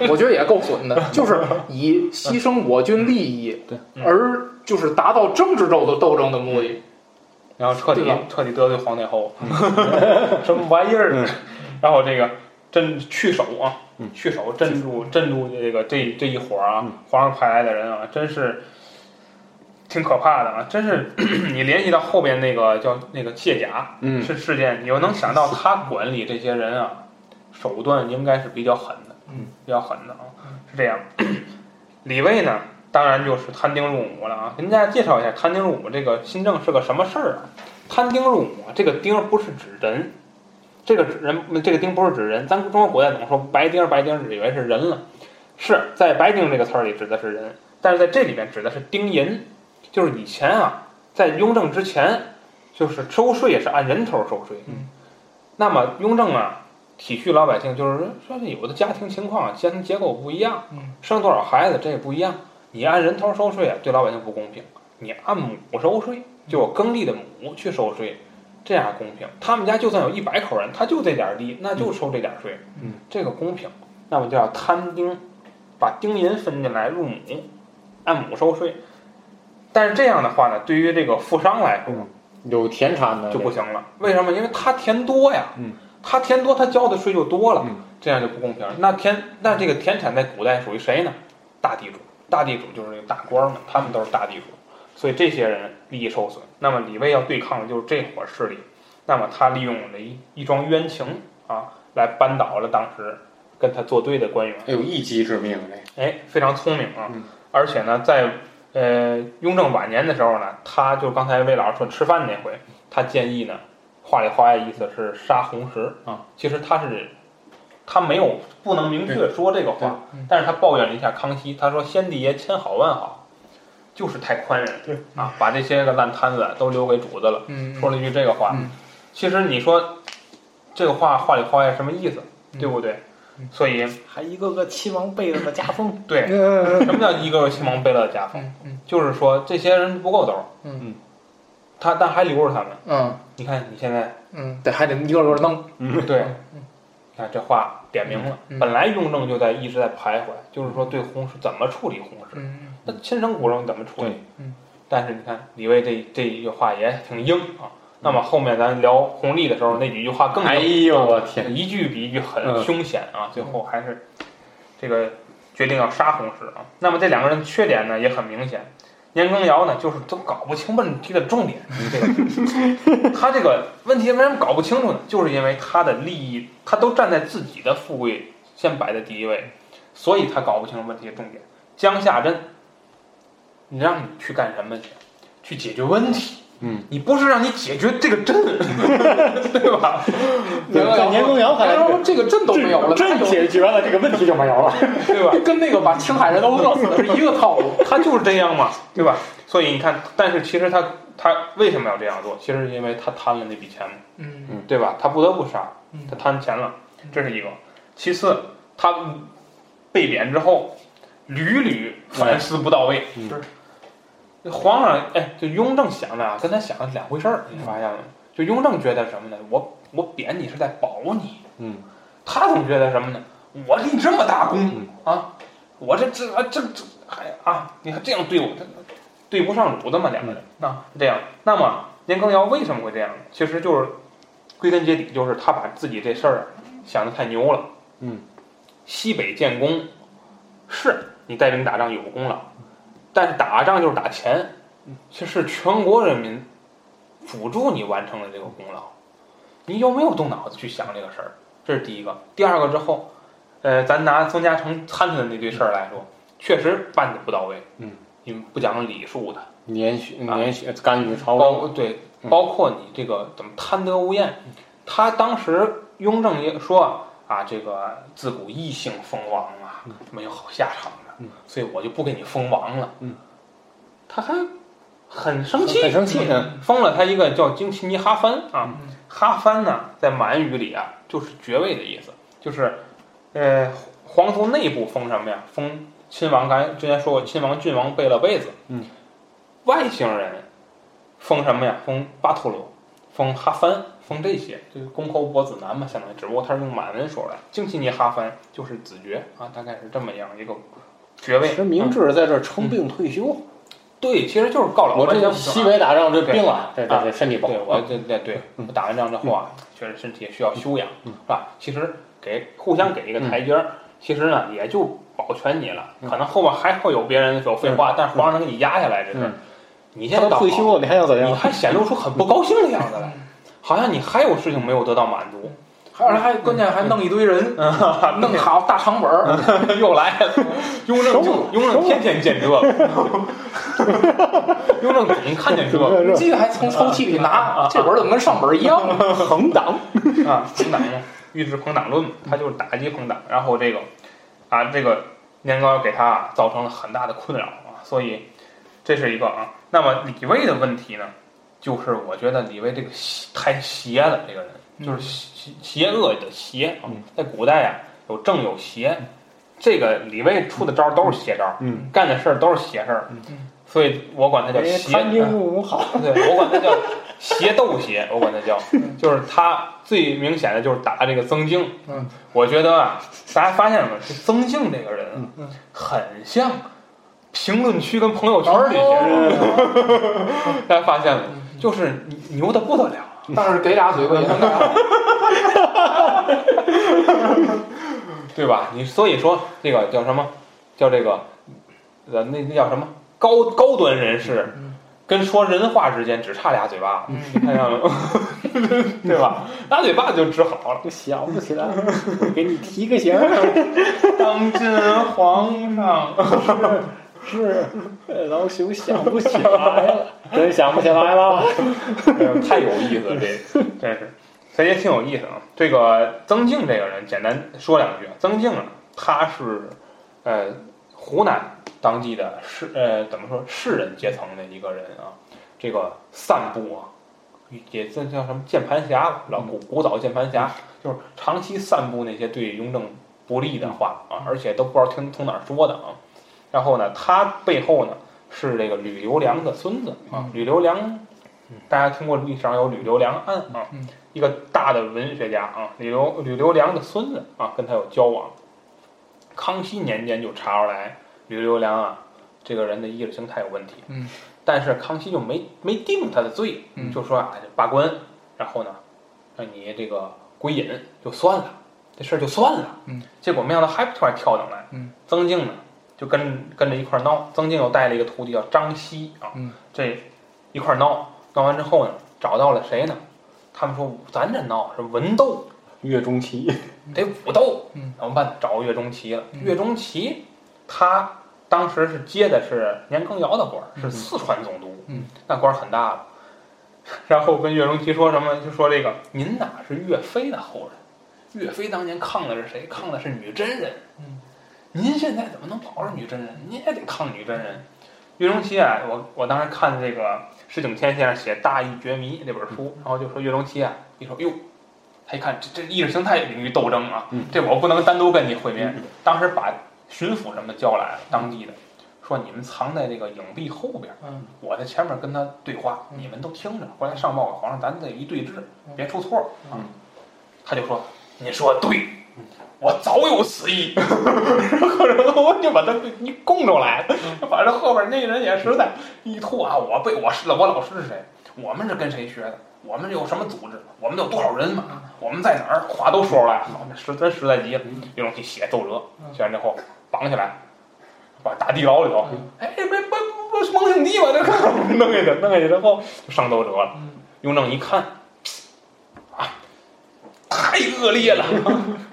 我觉得也够损的，就是以牺牲我军利益，而就是达到政治斗的斗争的目的。然后彻底对吧嗯彻底得罪皇太后， 什么玩意儿？然后这个镇去手啊，嗯去手镇住镇住这个这这一伙儿啊，皇上派来的人啊，真是挺可怕的啊！真是 你联系到后边那个叫那个卸甲，嗯，是事件，你又能想到他管理这些人啊，手段应该是比较狠的，嗯，比较狠的啊，是这样。 李卫呢，当然就是摊丁入伍了啊。跟大家介绍一下摊丁入伍这个新政是个什么事儿啊？摊丁入伍啊，这个丁不是指人，这个指人这个丁不是指人，咱中国古代总说白丁儿白丁儿，只以为是人了，是在白丁这个词儿里指的是人，但是在这里面指的是丁银，就是以前啊，在雍正之前。就是收税也是按人头儿收税。嗯，那么雍正啊，体恤老百姓，就是说说有的家庭情况、家庭结构不一样，嗯，生多少孩子这也不一样。你按人头儿收税啊，对老百姓不公平；你按亩收税，就我耕地的亩去收税，这样公平。他们家就算有一百口人，他就这点儿地，那就收这点儿税，嗯，这个公平。那么就要摊丁，把丁银分进来入亩，按亩收税。但是这样的话呢，对于这个富商来说，有田产的就不行了。为什么？因为他田多呀，嗯，他田多，他交的税就多了，嗯这样就不公平。那田那这个田产在古代属于谁呢？大地主，大地主就是那个大官儿们，他们都是大地主，所以这些人利益受损。那么李卫要对抗的就是这伙势力，那么他利用了一一桩冤情啊，来扳倒了当时跟他作对的官员。哎呦，一击致命这哎，非常聪明啊！嗯而且呢，在呃雍正晚年的时候呢，他就刚才魏老师说吃饭那回，他建议呢，话里话外意思是杀红石啊。其实他是他没有不能明确地说这个对话，但是他抱怨了一下康熙，他说先帝爷千好万好，就是太宽对仁啊，把这些个烂摊子都留给主子了。嗯，说了一句这个话。嗯其实你说这个话话里话外什么意思，对不对？所以还一个个亲王贝勒的家风，对，嗯什么叫一个亲王贝勒的家风？嗯嗯就是说这些人不够兜儿，嗯嗯，他但还留着他们。嗯你看你现在嗯，得还得一个个弄。对，你看这话点明了。嗯嗯嗯本来雍正就在一直在徘徊，就是说对红石怎么处理红石，嗯那亲生骨肉你怎么处理对？嗯，但是你看李卫这这一句话也挺硬啊。那么后面咱聊弘历的时候，那几句话更硬哎呦我天，一句比一句狠，嗯凶险啊！最后还是这个决定要杀红石啊。那么这两个人的缺点呢也很明显，年羹尧呢就是都搞不清问题的重点，这个 他这个问题为什么搞不清楚呢？就是因为他的利益，他都站在自己的富贵先摆在第一位，所以他搞不清楚问题的重点。江夏真，你让你去干什么去？去解决问题。嗯，你不是让你解决这个针， 对吧？对然后年羹尧看来然后这个朕都没有了，朕他有解决了这个问题就没有了，对吧？跟那个把青海人都饿死是一个套路。他就是这样嘛，对吧？所以你看，但是其实他他为什么要这样做？其实是因为他贪了那笔钱嘛，嗯对吧？他不得不杀嗯，他贪钱了，这是一个。其次，他被贬之后，屡屡反思不到位，哎嗯是皇上哎，就雍正想的啊，跟他想的是两回事嗯儿，你发现了吗？就雍正觉得什么呢？我我贬你是在保你，嗯，他总觉得什么呢？我立这么大功、嗯啊，我这这啊这这还啊，你还这样对我，这对不上主子嘛，两个人那、啊、这样。那么年羹尧为什么会这样呢？其实就是归根结底就是他把自己这事儿啊想的太牛了。嗯，西北建功是你带兵打仗有功劳，但是打仗就是打钱，这是全国人民辅助你完成了这个功劳，你有没有动脑子去想这个事儿？这是第一个。第二个之后，呃，咱拿曾家成参的那堆事儿来说，确实办的不到位，嗯，你不讲理数的，连续啊连续干预朝包纲，括对，嗯包括你这个怎么贪得无厌，他当时雍正也说啊啊，这个自古异姓封王啊，没有好下场的嗯，所以我就不给你封王了。嗯，他还很生气，很生气，嗯封了他一个叫金奇尼哈帆啊，哈帆呢在满语里啊就是爵位的意思，就是呃皇族内部封什么呀？封亲王，刚才之前说过亲王、郡王、贝勒、贝子。嗯，外星人封什么呀？封巴图罗，封哈番，封这些，就是公侯伯子男嘛，相当于，只不过他是用满文说来。经其尼哈番就是子爵啊，大概是这么样一个爵位嗯其。实明智在这儿称病退休，对，其实就是告老我还这乡西北打仗这病啊了，这对这这身体不好对，。我这这对嗯我打完仗之后啊，确实身体也需要休养，是吧？其实给互相给一个嗯台阶儿，其实呢也就保全你了。可能后面还会有别人有废话，但是皇上给你压下来这事儿嗯，你他现在都倒好退休了，你还想怎你样？啊还显露出很不高兴的样子来，好像你还有事情没有得到满足， 还而且还关键还弄一堆人，弄好大长本儿，又来了。雍正就雍正天天见这个， 雍正总看见这 个。这记得还从抽屉里拿，这本儿怎么跟上本儿一样？横挡， 啊，朋党嘛，预制朋党论嘛，他就是打击朋党，然后这个啊，这个年糕给他啊造成了很大的困扰啊，所以这是一个啊。那么李卫的问题呢，就是我觉得李卫这个邪太邪了，这个人就是邪邪恶的邪啊，在古代啊有正有邪，这个李卫出的招儿都是邪招儿，嗯干的事儿都是邪事儿，所以我管他叫哎邪。潘金武好， 对我管它叫邪斗邪，我管它叫，就是它最明显的就是打这个曾静。嗯，我觉得啊，大家发现了吗？这曾静这个人啊，很像评论区跟朋友哦圈这些人，大家发现了，就是牛的不得了。 但是给俩嘴巴也能干好。对吧？你所以说这个叫什么？叫这个呃，那那叫什么高高端人士，嗯跟说人话之间只差俩嘴巴，你看见了吗？ 对吧？俩嘴巴就治好了。我想不起来，我给你提个醒 儿，当今皇上， 是老朽想不起 来了，真想不起来 了。哎呦太有意思了，这真是，这也挺有意思啊。这个曾静这个人，简单说两句啊。曾静啊，他是呃湖南当地的士呃怎么说士人阶层的一个人啊。这个散步啊，也这叫什么键盘侠吧，老古古早键盘侠，就是长期散布那些对雍正不利的话啊，而且都不知道听从哪儿说的啊。然后呢，他背后呢是这个吕留良的孙子啊，吕留良，大家听过历史上有吕留良案啊嗯，一个大的文学家啊，吕留吕留良的孙子啊，跟他有交往。康熙年间就查出来吕留良啊这个人的意识形态有问题，嗯，但是康熙就没没定他的罪，嗯就说啊罢官，然后呢让你这个归隐就算了，这事儿就算了。嗯，结果没想到还突然跳上来，嗯，曾静呢就跟跟着一块儿闹，曾静又带了一个徒弟叫张熙啊，嗯，这一块儿闹，闹完之后呢，找到了谁呢？他们说咱这闹是文斗，岳钟琪，得武斗，嗯，怎么办？找岳钟琪了。嗯岳钟琪他当时是接的是年羹尧的官儿，是四川总督，嗯，那官儿很大了。 然后跟岳钟琪说什么？就说这个您哪是岳飞的后人？岳飞当年抗的是谁？抗的是女真人。嗯，您现在怎么能保着女真人？您也得抗女真人。岳钟琪啊，我我当时看这个石景谦先生写《大义觉迷》这本书，嗯然后就说岳钟琪啊，一说哟，他一看这这意识形态领域斗争啊，这我不能单独跟你会面。当时把巡抚什么叫来了，当地的说你们藏在这个影壁后边，嗯我在前面跟他对话，嗯你们都听着，回来上报给皇上，咱得一对峙，别出错。嗯，他就说你说的对。我早有此意， 然后然后我就把他一供出来了。反正后边那人也实在一吐啊，我被我是我老师是谁？我们是跟谁学的？我们有什么组织？我们有多少人马？我们在哪儿？话都说出来，好，那实真实在极了。岳钟琪写奏折，写完之后绑起来，把打地牢里头。哎，别别别，蒙姓弟嘛，这个 弄下去，弄下去之后就上奏折了。雍正一看，啊，太恶劣 了，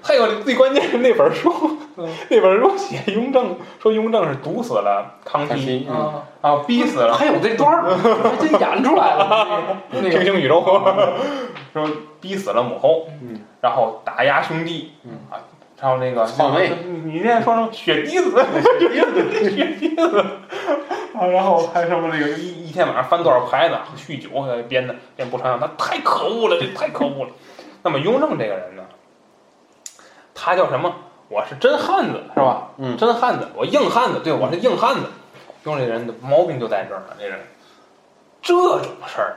太恶劣。最关键是那本书， 那本书写雍正，说雍正是毒死了康康熙熙嗯啊，啊，逼死了 还有这段 儿，还真演出来了。那平个行宇宙， 说逼死了母后，嗯，然后打压兄弟，嗯啊，还有那个篡位你你现在说什么血滴子，血滴子， 血滴子，啊，然后还什么那个一一天晚上翻多少牌子，酗酒呃编的编不传，他太可恶了，这太可恶了。那么雍正这个人呢，他叫什么？我是真汉子是吧？嗯真汉子，我硬汉子，对，我是硬汉子。雍正这人的毛病就在这儿了，这人这种事儿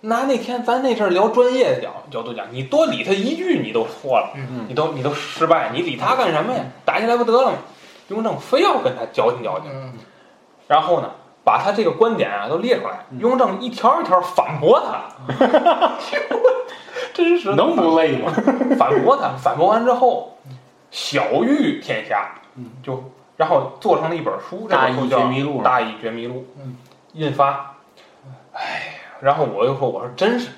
那那天咱那阵儿聊专业角角度讲，你多理他一句你都错了，嗯你都你都失败，你理他干什么呀？打起来不得了吗？雍正非要跟他矫情矫情，嗯然后呢，把他这个观点啊都列出来，嗯雍正一条一条反驳他， 真是的能不累吗？反驳他，反驳完之后，小喻天下，嗯就然后做成了一本书，这大本义书觉叫迷录，《大义觉迷录》嗯，印发。哎，然后我又说，我说真是，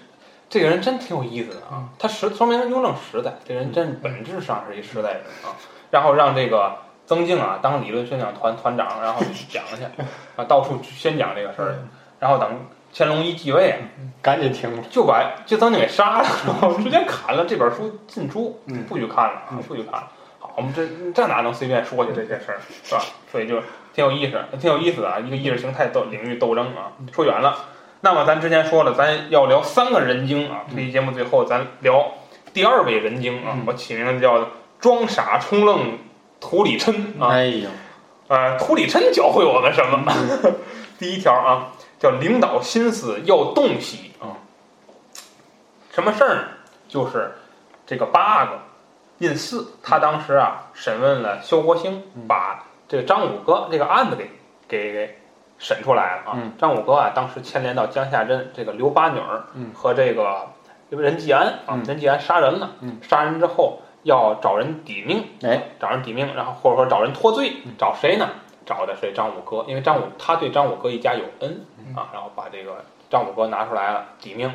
这个人真挺有意思的啊嗯。他实说明雍正实在，这人真本质上是一实在人啊。然后让这个曾静啊当理论宣讲团团长，然后去讲去 啊，到处去宣讲这个事儿去。嗯然后等乾隆一继位啊，嗯赶紧停了。就把就曾经给杀了， 然后直接砍了。这本书禁书嗯，不许看了啊，不许看了。好，我们这这哪能随便说去这些事儿，是吧？所以就挺有意思，挺有意思的啊，一个意识形态斗领域斗争啊。嗯说远了，那么咱之前说了，咱要聊三个人精啊。这期节目最后咱聊第二位人精啊嗯，我起名字叫装傻充愣图里琛啊。哎呦，呃，图里琛教会我们什么？嗯 第一条啊，叫领导心思要洞悉啊。什么事儿呢？就是这个八个胤四，他当时啊审问了萧国兴，嗯把这个张五哥这个案子给给给审出来了啊。嗯张五哥啊，当时牵连到江夏镇这个刘八女儿嗯和这个任继安啊，嗯任继安杀人了，嗯杀人之后要找人抵命，哎，找人抵命，然后或者说找人脱罪，嗯找谁呢？找的是张五哥，因为张五他对张五哥一家有恩嗯啊，然后把这个张五哥拿出来了抵命。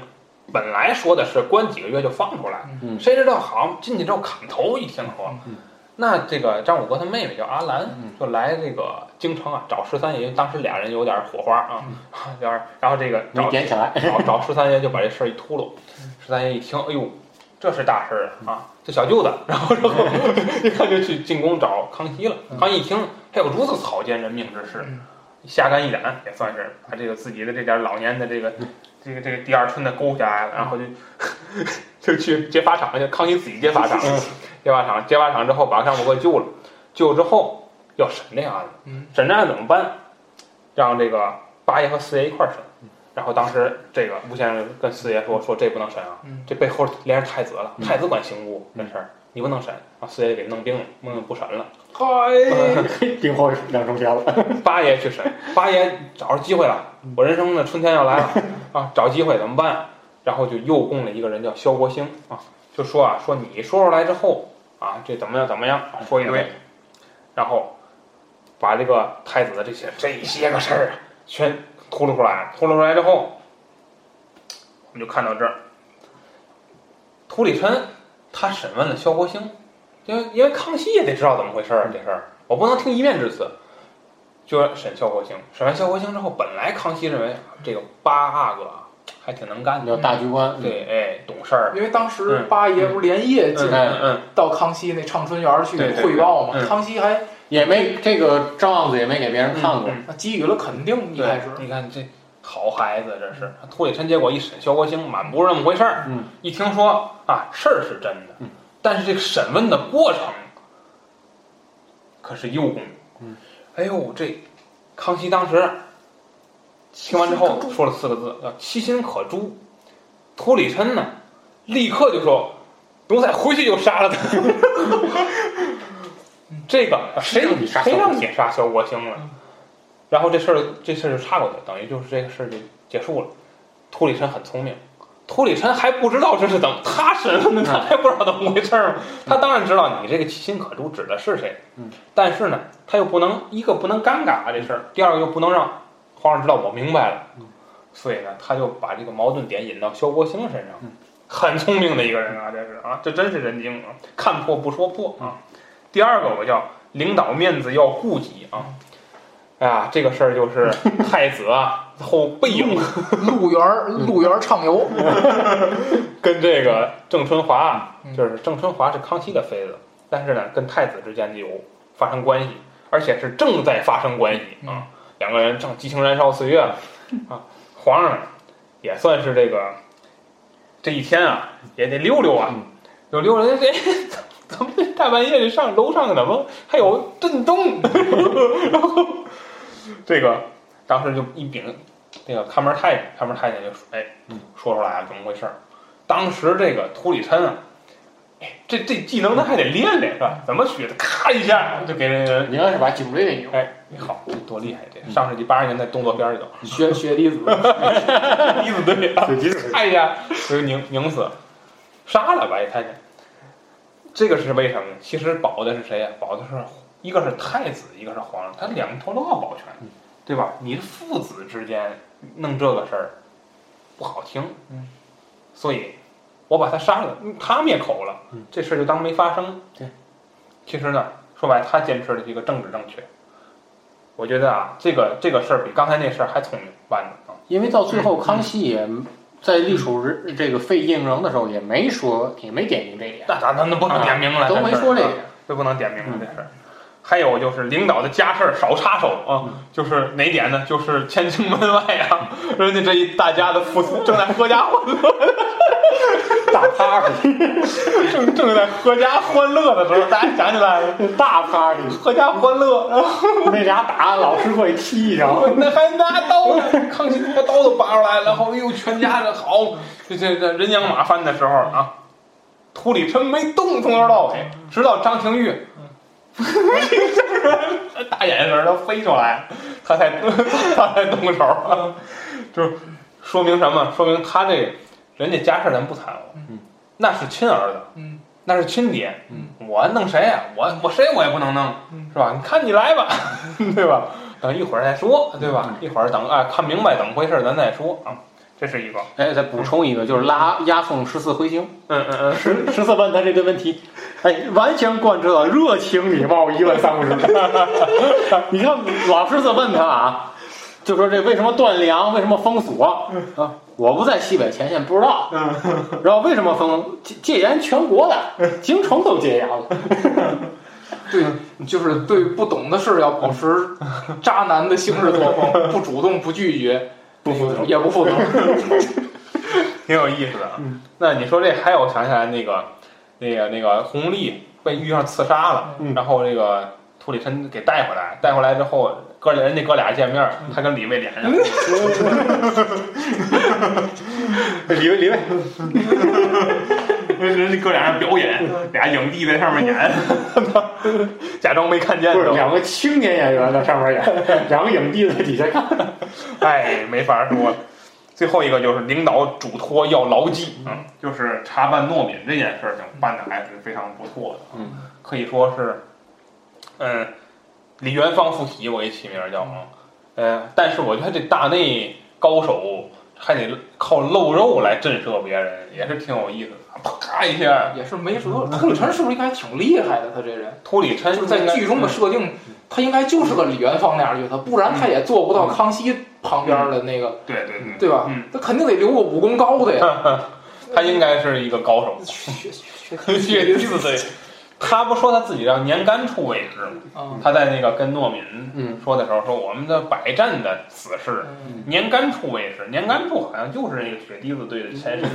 本来说的是关几个月就放出来，嗯谁知道好进去之后砍头，一听说，嗯那这个张五哥他妹妹叫阿兰，嗯就来这个京城啊找十三爷，当时俩人有点火花啊，嗯 有点儿，然后这个没找点起来。找找十三爷就把这事儿一秃噜，十三爷一听，哎呦，这是大事儿啊，这小舅子，然后然后 一看就去进宫找康熙了。康熙一听还有如此草菅人命之事嗯，下肝一胆，也算是把这个自己的这点老年的这个这个这个第二春的勾下来了，然后就 就去劫法场去，康熙自己劫 法场，劫法场劫法场之后把张伯伯救了，救之后要审这案子嗯，审这案子怎么办？让这个八爷和四爷一块儿审。然后当时这个吴先生跟四爷说：“说这不能审啊，嗯这背后连着太子了，太子管刑部这事儿，你不能审。”啊，四爷给弄定了，弄不审了。哎冰火两重天了。 八爷去审，八爷找着机会了，我人生的春天要来了啊，找机会怎么办？然后就诱供了一个人叫萧国兴啊，就说啊，说你说出来之后啊，这怎么样怎么样，说一堆，然后把这个太子的这些这些个事儿啊，全秃噜出来了，秃噜出来之后，我们就看到这儿，涂里琛他审问了萧国兴，因为因为康熙也得知道怎么回事儿啊，这事儿我不能听一面之词，就审萧国兴。审完萧国兴之后，本来康熙认为这个八阿哥啊还挺能干的，叫大局观，，对，哎，懂事儿，因为当时嗯八爷不是连夜进嗯嗯嗯，到康熙那畅春园去对对对汇报嘛，嗯康熙还也没这个张望子也没给别人看过嗯。嗯给予了肯定，一对开始，你看这好孩子，这是涂里琛。结果一审萧国兴，满不是那么回事儿。嗯，一听说啊，事儿是真的，嗯但是这个审问的过程可是诱供。嗯，哎呦，这康熙当时听完之后说了四个字，叫其心可诛。涂里琛呢，立刻就说：“奴才回去就杀了他。” 这个谁让你杀谁萧让你杀萧国兴了？然后这事儿这事儿就插过去，等于就是这个事儿就结束了。涂里琛很聪明，涂里琛还不知道这是怎么，他审问的他还不知道怎么回事儿吗？他当然知道你这个其心可诛指的是谁，嗯，但是呢，他又不能一个不能尴尬啊这事儿，第二个又不能让皇上知道我明白了，所以呢，他就把这个矛盾点引到萧国兴身上，很聪明的一个人啊，这是啊，这真是人精啊，看破不说破啊。第二个我叫领导面子要顾及啊。哎呀，这个事儿就是太子啊后背影路园儿嗯路园儿畅游，跟这个郑春华啊，嗯就是郑春华是康熙的妃子，但是呢，跟太子之间有发生关系，而且是正在发生关系啊，两个人正激情燃烧岁月了啊，皇上呢也算是这个这一天啊也得溜溜啊嗯，有溜 溜，这咱们这大半夜的上楼上怎么还有震动？然后这个当时就一禀那个看门太监，看门太监就说：“哎，说出来了，怎么回事儿？当时这个秃里琛啊，哎，这这技能他还得练练，是吧？怎么学的？咔一下就给人，你应该是把颈椎给扭，哎，你好，多厉害！嗯这上世纪八十年代动作片儿里头，血血滴子， 一字队啊，哎呀，就拧拧死，杀了吧也太监。这个是为什么呢？其实保的是谁呀、保的是一个是太子，一个是皇上，他两头都要保全，嗯对吧？你父子之间弄这个事儿不好听，嗯，所以我把他杀了，嗯他灭口了，嗯这事儿就当没发生。对，其实呢，说白了，他坚持的是一个政治正确。我觉得啊，这个这个事儿比刚才那事儿还聪明办的啊。因为到最后康熙也在隶属日这个废印仍的时候也没说也没点名这一点，那咱咱不能点名了，啊都没说个。这嗯一点，这不能点名了，这事儿。还有就是领导的家事儿少插手啊，嗯就是哪点呢？就是千军门外啊， 人家这一大家子父子正在合家欢乐，大 party 正正在合家欢乐的时候，大家想起来了，大 party，合家欢 乐，然后那俩打老师会踢一掌， 那还拿 刀呢，康熙把刀都拔出来了，然后哎呦，全家人好，这这这人仰马翻的时候啊，秃里琛没动，从头到尾，直到张 廷玉，大眼神儿都飞出来，他 才他才动手嗯啊，就是说明什么？说明他这人家家事儿咱不掺和，那是亲儿子，嗯那是亲爹，嗯我弄谁呀、我我谁我也不能弄，嗯是吧？你看你来 吧，对吧？等呃一会儿再说，对吧？一会儿等啊，看明白怎么回事儿，咱再说啊。这是一个，哎，再补充一个，就是拉押送十四回京，嗯嗯嗯，十十四问他这个问题，哎，完全贯彻了热情礼貌一问三不知。 你看老师在问他啊，就说这为什么断粮，为什么封锁嗯啊？我不在西北前线，不知道。 然后为什么封戒戒严全国的，京城都戒严了。 对，就是对不懂的事要保 持渣男的行事作风，不主动，不拒绝，不负责，也不负责。 挺有意思的啊。那你说这还有我想起来那个，那个那个弘历被遇上刺杀了，嗯然后这个秃里琛给带回来，带回来之后，哥俩人家哥俩见面儿，他跟李卫连上 了，李卫，李卫， 人家哥俩人表演，俩影帝在上面演， 假装没看见，不是知道吗两个青年演员在上 面演，两个影帝在底下看。哎，没法说了。最后一个就是领导嘱托要牢记，嗯，就是查办糯米这件事情办的还是非常不错的，嗯，可以说是，嗯，李元芳附体，我给起名儿叫啊，嗯呃，但是我觉得这大内高手还得靠露肉来震慑别人，也是挺有意思的，啪一下，也是没 辙。涂里琛是不是应该挺厉害的？他这人秃里琛嗯就是在嗯剧中的设定，他应该就是个李元芳那样的角色，不然他也做不到康熙旁边的那个，对对对，对吧嗯？他肯定得留个武功高的呀。他应该是一个高 手，学学血滴子对，他不说他自己叫年干处位置吗？啊，他在那个跟诺敏嗯说的时候说，我们的百战的死士嗯年干处卫士，年干处好像就是那个雪滴子队的前 身，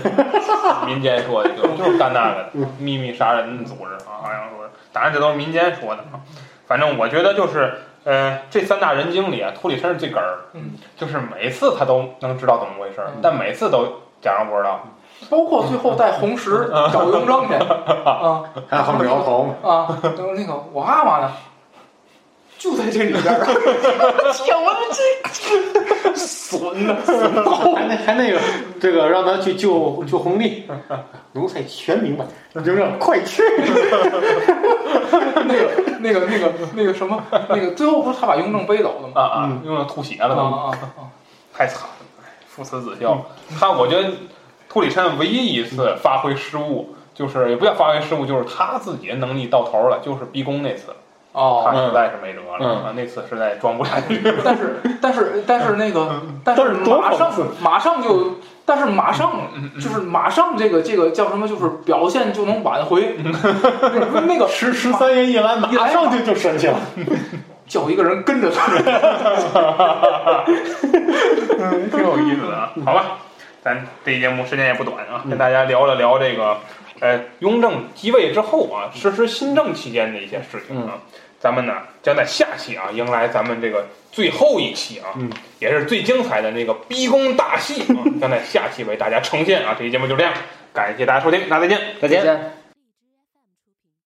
民间说的嗯就是就是干那个的秘密杀人组织啊，好像说是，当然这都是民间说的啊。反正我觉得就是，呃，这三大人精里啊，秃里琛是最哏儿，嗯，就是每次他都能知道怎么回事儿嗯，但每次都假装不知道。包括最后带红石找雍正去 啊还好苗头，啊，然后那个我妈妈呢，就在这里边儿。啊天，我这损的，还那还那个这个让他去救救红帝，嗯奴才全明白，就让快去。 那个那个那个那个什么那个，最后不是他把雍正背走了吗？啊啊，用了吐血了啊都。啊啊！太惨了，哎父慈子孝。他我觉得秃里琛唯一一次发挥失误，就是也不叫发挥失误，就是他自己的能力到头了，就是逼宫那次，他哦，实在是没辙了嗯啊，那次实在装不下去。但是但是但是那个，但是嗯多马上讽刺嗯马上就，但是马上就是马上这个这个叫什么，就是表现就能挽回。就是那个嗯哎十十三爷一来，马上就就生气了。叫一个人跟着他， 挺有意思的啊。好吧，咱这一节目时间也不短啊，跟大家聊了聊嗯这个，呃，雍正即位之后啊，实施新政期间的一些事情啊。咱们呢将在下期啊迎来咱们这个最后一期啊，嗯也是最精彩的这个逼 宫大戏啊，将在下期为大家呈现啊。这期节目就这样，感谢大家收听，大家再见。再再见。见。